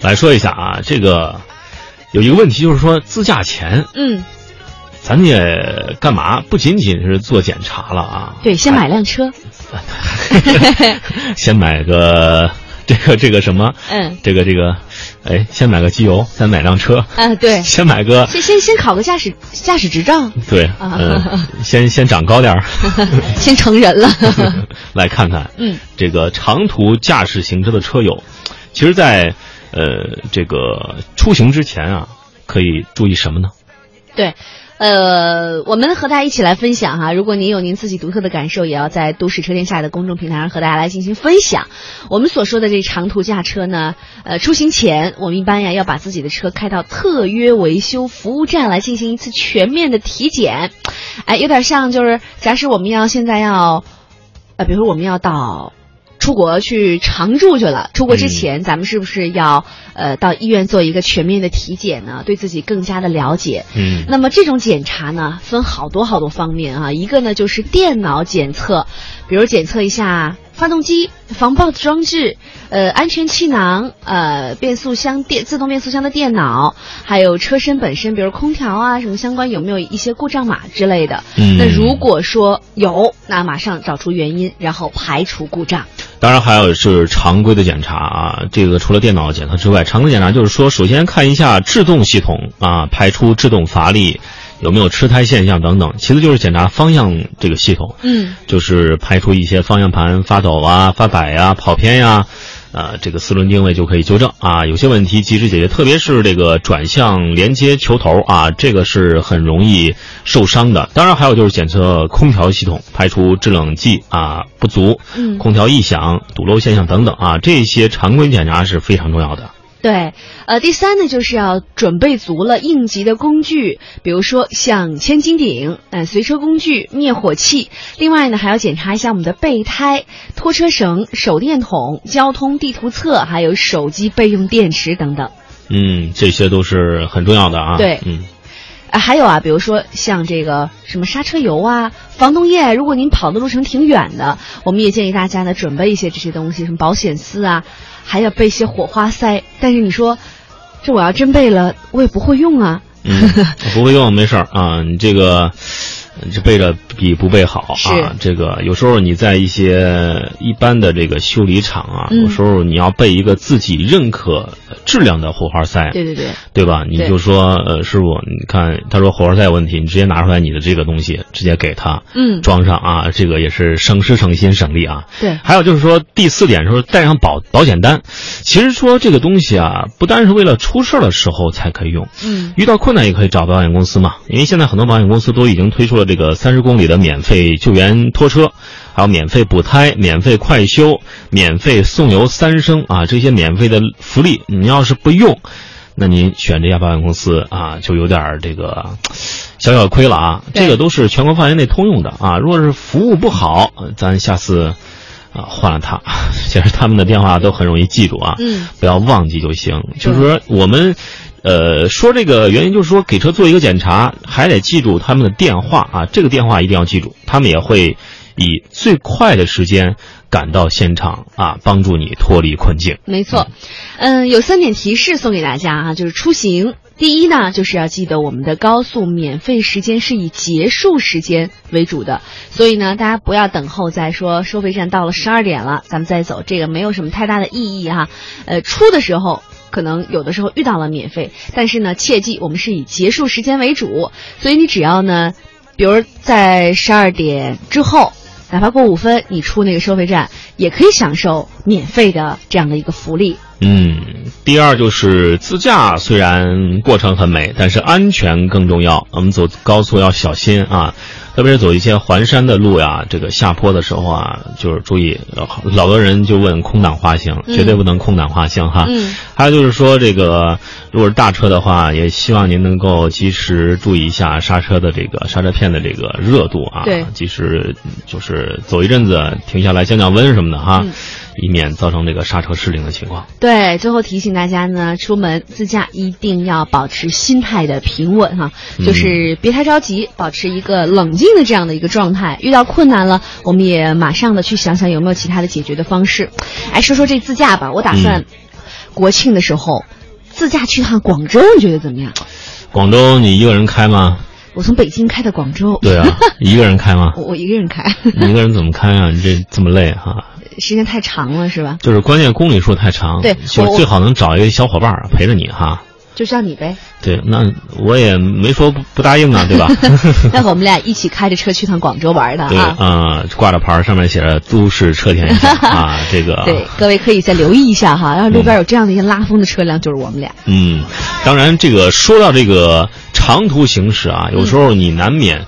来说一下啊，这个有一个问题就是说自驾前，嗯，咱也干嘛？不仅仅是做检查了啊，对，先买辆车， 先买个这个这个什么，嗯，这个这个，哎，先买个机油，先买辆车，啊，对，先买个先先先考个驾驶驾驶执照，对，啊嗯，先先长高 点儿， 先成人了，来看看，嗯，这个长途驾驶行车的车友，其实在，呃这个出行之前啊，可以注意什么呢？对。呃，我们和大家一起来分享哈。如果您有您自己独特的感受，也要在都市车天下的公众平台上和大家来进行分享。我们所说的这长途驾车呢，呃，出行前我们一般呀要把自己的车开到特约维修服务站来进行一次全面的体检。哎，有点像就是，假使我们要现在要，呃，比如说我们要到。出国去常住去了，出国之前、咱们是不是要呃到医院做一个全面的体检呢？对自己更加的了解。嗯那么这种检查呢，分好多好多方面啊。一个呢就是电脑检测，比如检测一下发动机、防爆装置、呃安全气囊、呃变速箱电自动变速箱的电脑，还有车身本身，比如空调啊什么相关有没有一些故障码之类的。嗯那如果说有，那马上找出原因，然后排除故障。当然还有是常规的检查啊，这个除了电脑检测之外，常规检查就是说，首先看一下制动系统啊，排出制动乏力，有没有吃胎现象等等。其次就是检查方向这个系统，嗯，就是排除一些方向盘发抖啊、发摆呀、跑偏呀、呃，这个四轮定位就可以纠正啊。有些问题及时解决，特别是这个转向连接球头啊，这个是很容易受伤的。当然，还有就是检测空调系统，排除制冷剂啊不足，嗯空调异响、堵漏现象等等啊，这些常规检查是非常重要的。对，呃，第三呢，就是要准备足了应急的工具，比如说像千斤顶、呃随车工具、灭火器。另外呢，还要检查一下我们的备胎、拖车绳、手电筒、交通地图册，还有手机备用电池等等。嗯，这些都是很重要的啊。对嗯，啊，还有啊，比如说像这个什么刹车油啊、防冻液，如果您跑的路程挺远的，我们也建议大家呢准备一些这些东西，什么保险丝啊，还要备一些火花塞。但是你说，这我要真备了，我也不会用啊。嗯， 不会用没事儿啊，你这个。这备着比不备好啊是！这个有时候你在一些一般的这个修理厂啊，嗯有时候你要备一个自己认可质量的火花塞，对对对，对吧？你对就说呃，师傅，你看他说火花塞有问题，你直接拿出来你的这个东西，直接给他嗯，装上啊，这个也是省时省心省力啊。对，还有就是说，第四点说带上保保险单，其实说这个东西啊，不单是为了出事儿的时候才可以用，嗯遇到困难也可以找保险公司嘛。因为现在很多保险公司都已经推出了这个三十公里的免费救援拖车，还有免费补胎、免费快修、免费送油三升啊，这些免费的福利，你要是不用，那您选这家保险公司啊，就有点儿这个。小小亏了啊，对这个都是全国范围内通用的啊。如果是服务不好，呃咱下次啊，换了他， 其实他们的电话都很容易记住啊，嗯，不要忘记就行。就是说我们，呃，说这个原因就是说给车做一个检查，还得记住他们的电话啊，这个电话一定要记住，他们也会以最快的时间赶到现场啊，帮助你脱离困境。没错，嗯，有三点提示送给大家啊，就是出行。第一呢，就是要记得我们的高速免费时间是以结束时间为主的，所以呢，大家不要等候再说收费站到了十二点了，咱们再走，这个没有什么太大的意义哈、呃，出的时候可能有的时候遇到了免费，但是呢，切记我们是以结束时间为主，所以你只要呢，比如在十二点之后，哪怕过五分，你出那个收费站，也可以享受免费的这样的一个福利。嗯，第二就是自驾，虽然过程很美，但是安全更重要。我们走高速要小心啊，特别是走一些环山的路呀，这个下坡的时候啊，就是注意。老老多人就问空挡滑行，嗯绝对不能空挡滑行哈。嗯，还有就是说，这个如果是大车的话，也希望您能够及时注意一下刹车的这个刹车片的这个热度啊，对及时就是走一阵子停下来降降温什么的哈，嗯以免造成这个刹车失灵的情况。对，最后提醒大家呢，出门自驾一定要保持心态的平稳哈，就是别太着急，保持一个冷静的这样的一个状态。遇到困难了，我们也马上的去想嗯想有没有其他的解决的方式。哎，说说这自驾吧，我打算国庆的时候自驾去趟广州，你觉得怎么样？广州你一个人开吗？我从北京开到广州，对啊， 一个人开吗？我我一个人开，你一个人怎么 开啊？你这这么累啊？时间太长了 是吧？就是关键公里数太长，对就我我最好能找一个小伙伴儿 陪着你哈。就像你呗。对，那我也没说不不答 应啊，对吧？那会儿我们俩一起开着车去趟广州玩的对，啊。啊，挂着牌儿上面写着“都市车田一下”啊，这个对，各位可以再留意一下哈，要是啊路边有这样的一些拉风的车辆，就是我们俩。嗯，当然，这个说到这个长途行驶啊，有时候你难免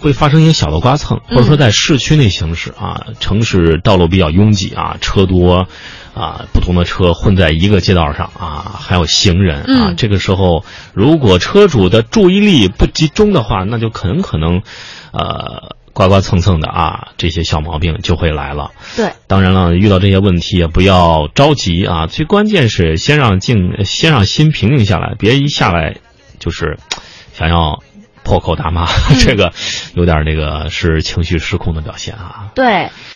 会发生一些小的刮蹭，或者说在市区内行驶啊，城市道路比较拥挤啊，车多啊，不同的车混在一个街道上啊，还有行人啊，嗯这个时候如果车主的注意力不集中的话，那就很可能，呃。刮刮蹭蹭的啊，这些小毛病就会来了。对，当然了，遇到这些问题也不要着急啊，最关键是先让静，先让心平静下来，别一下来就是想要 破口大骂，这个有点这个是情绪失控的表现啊。对，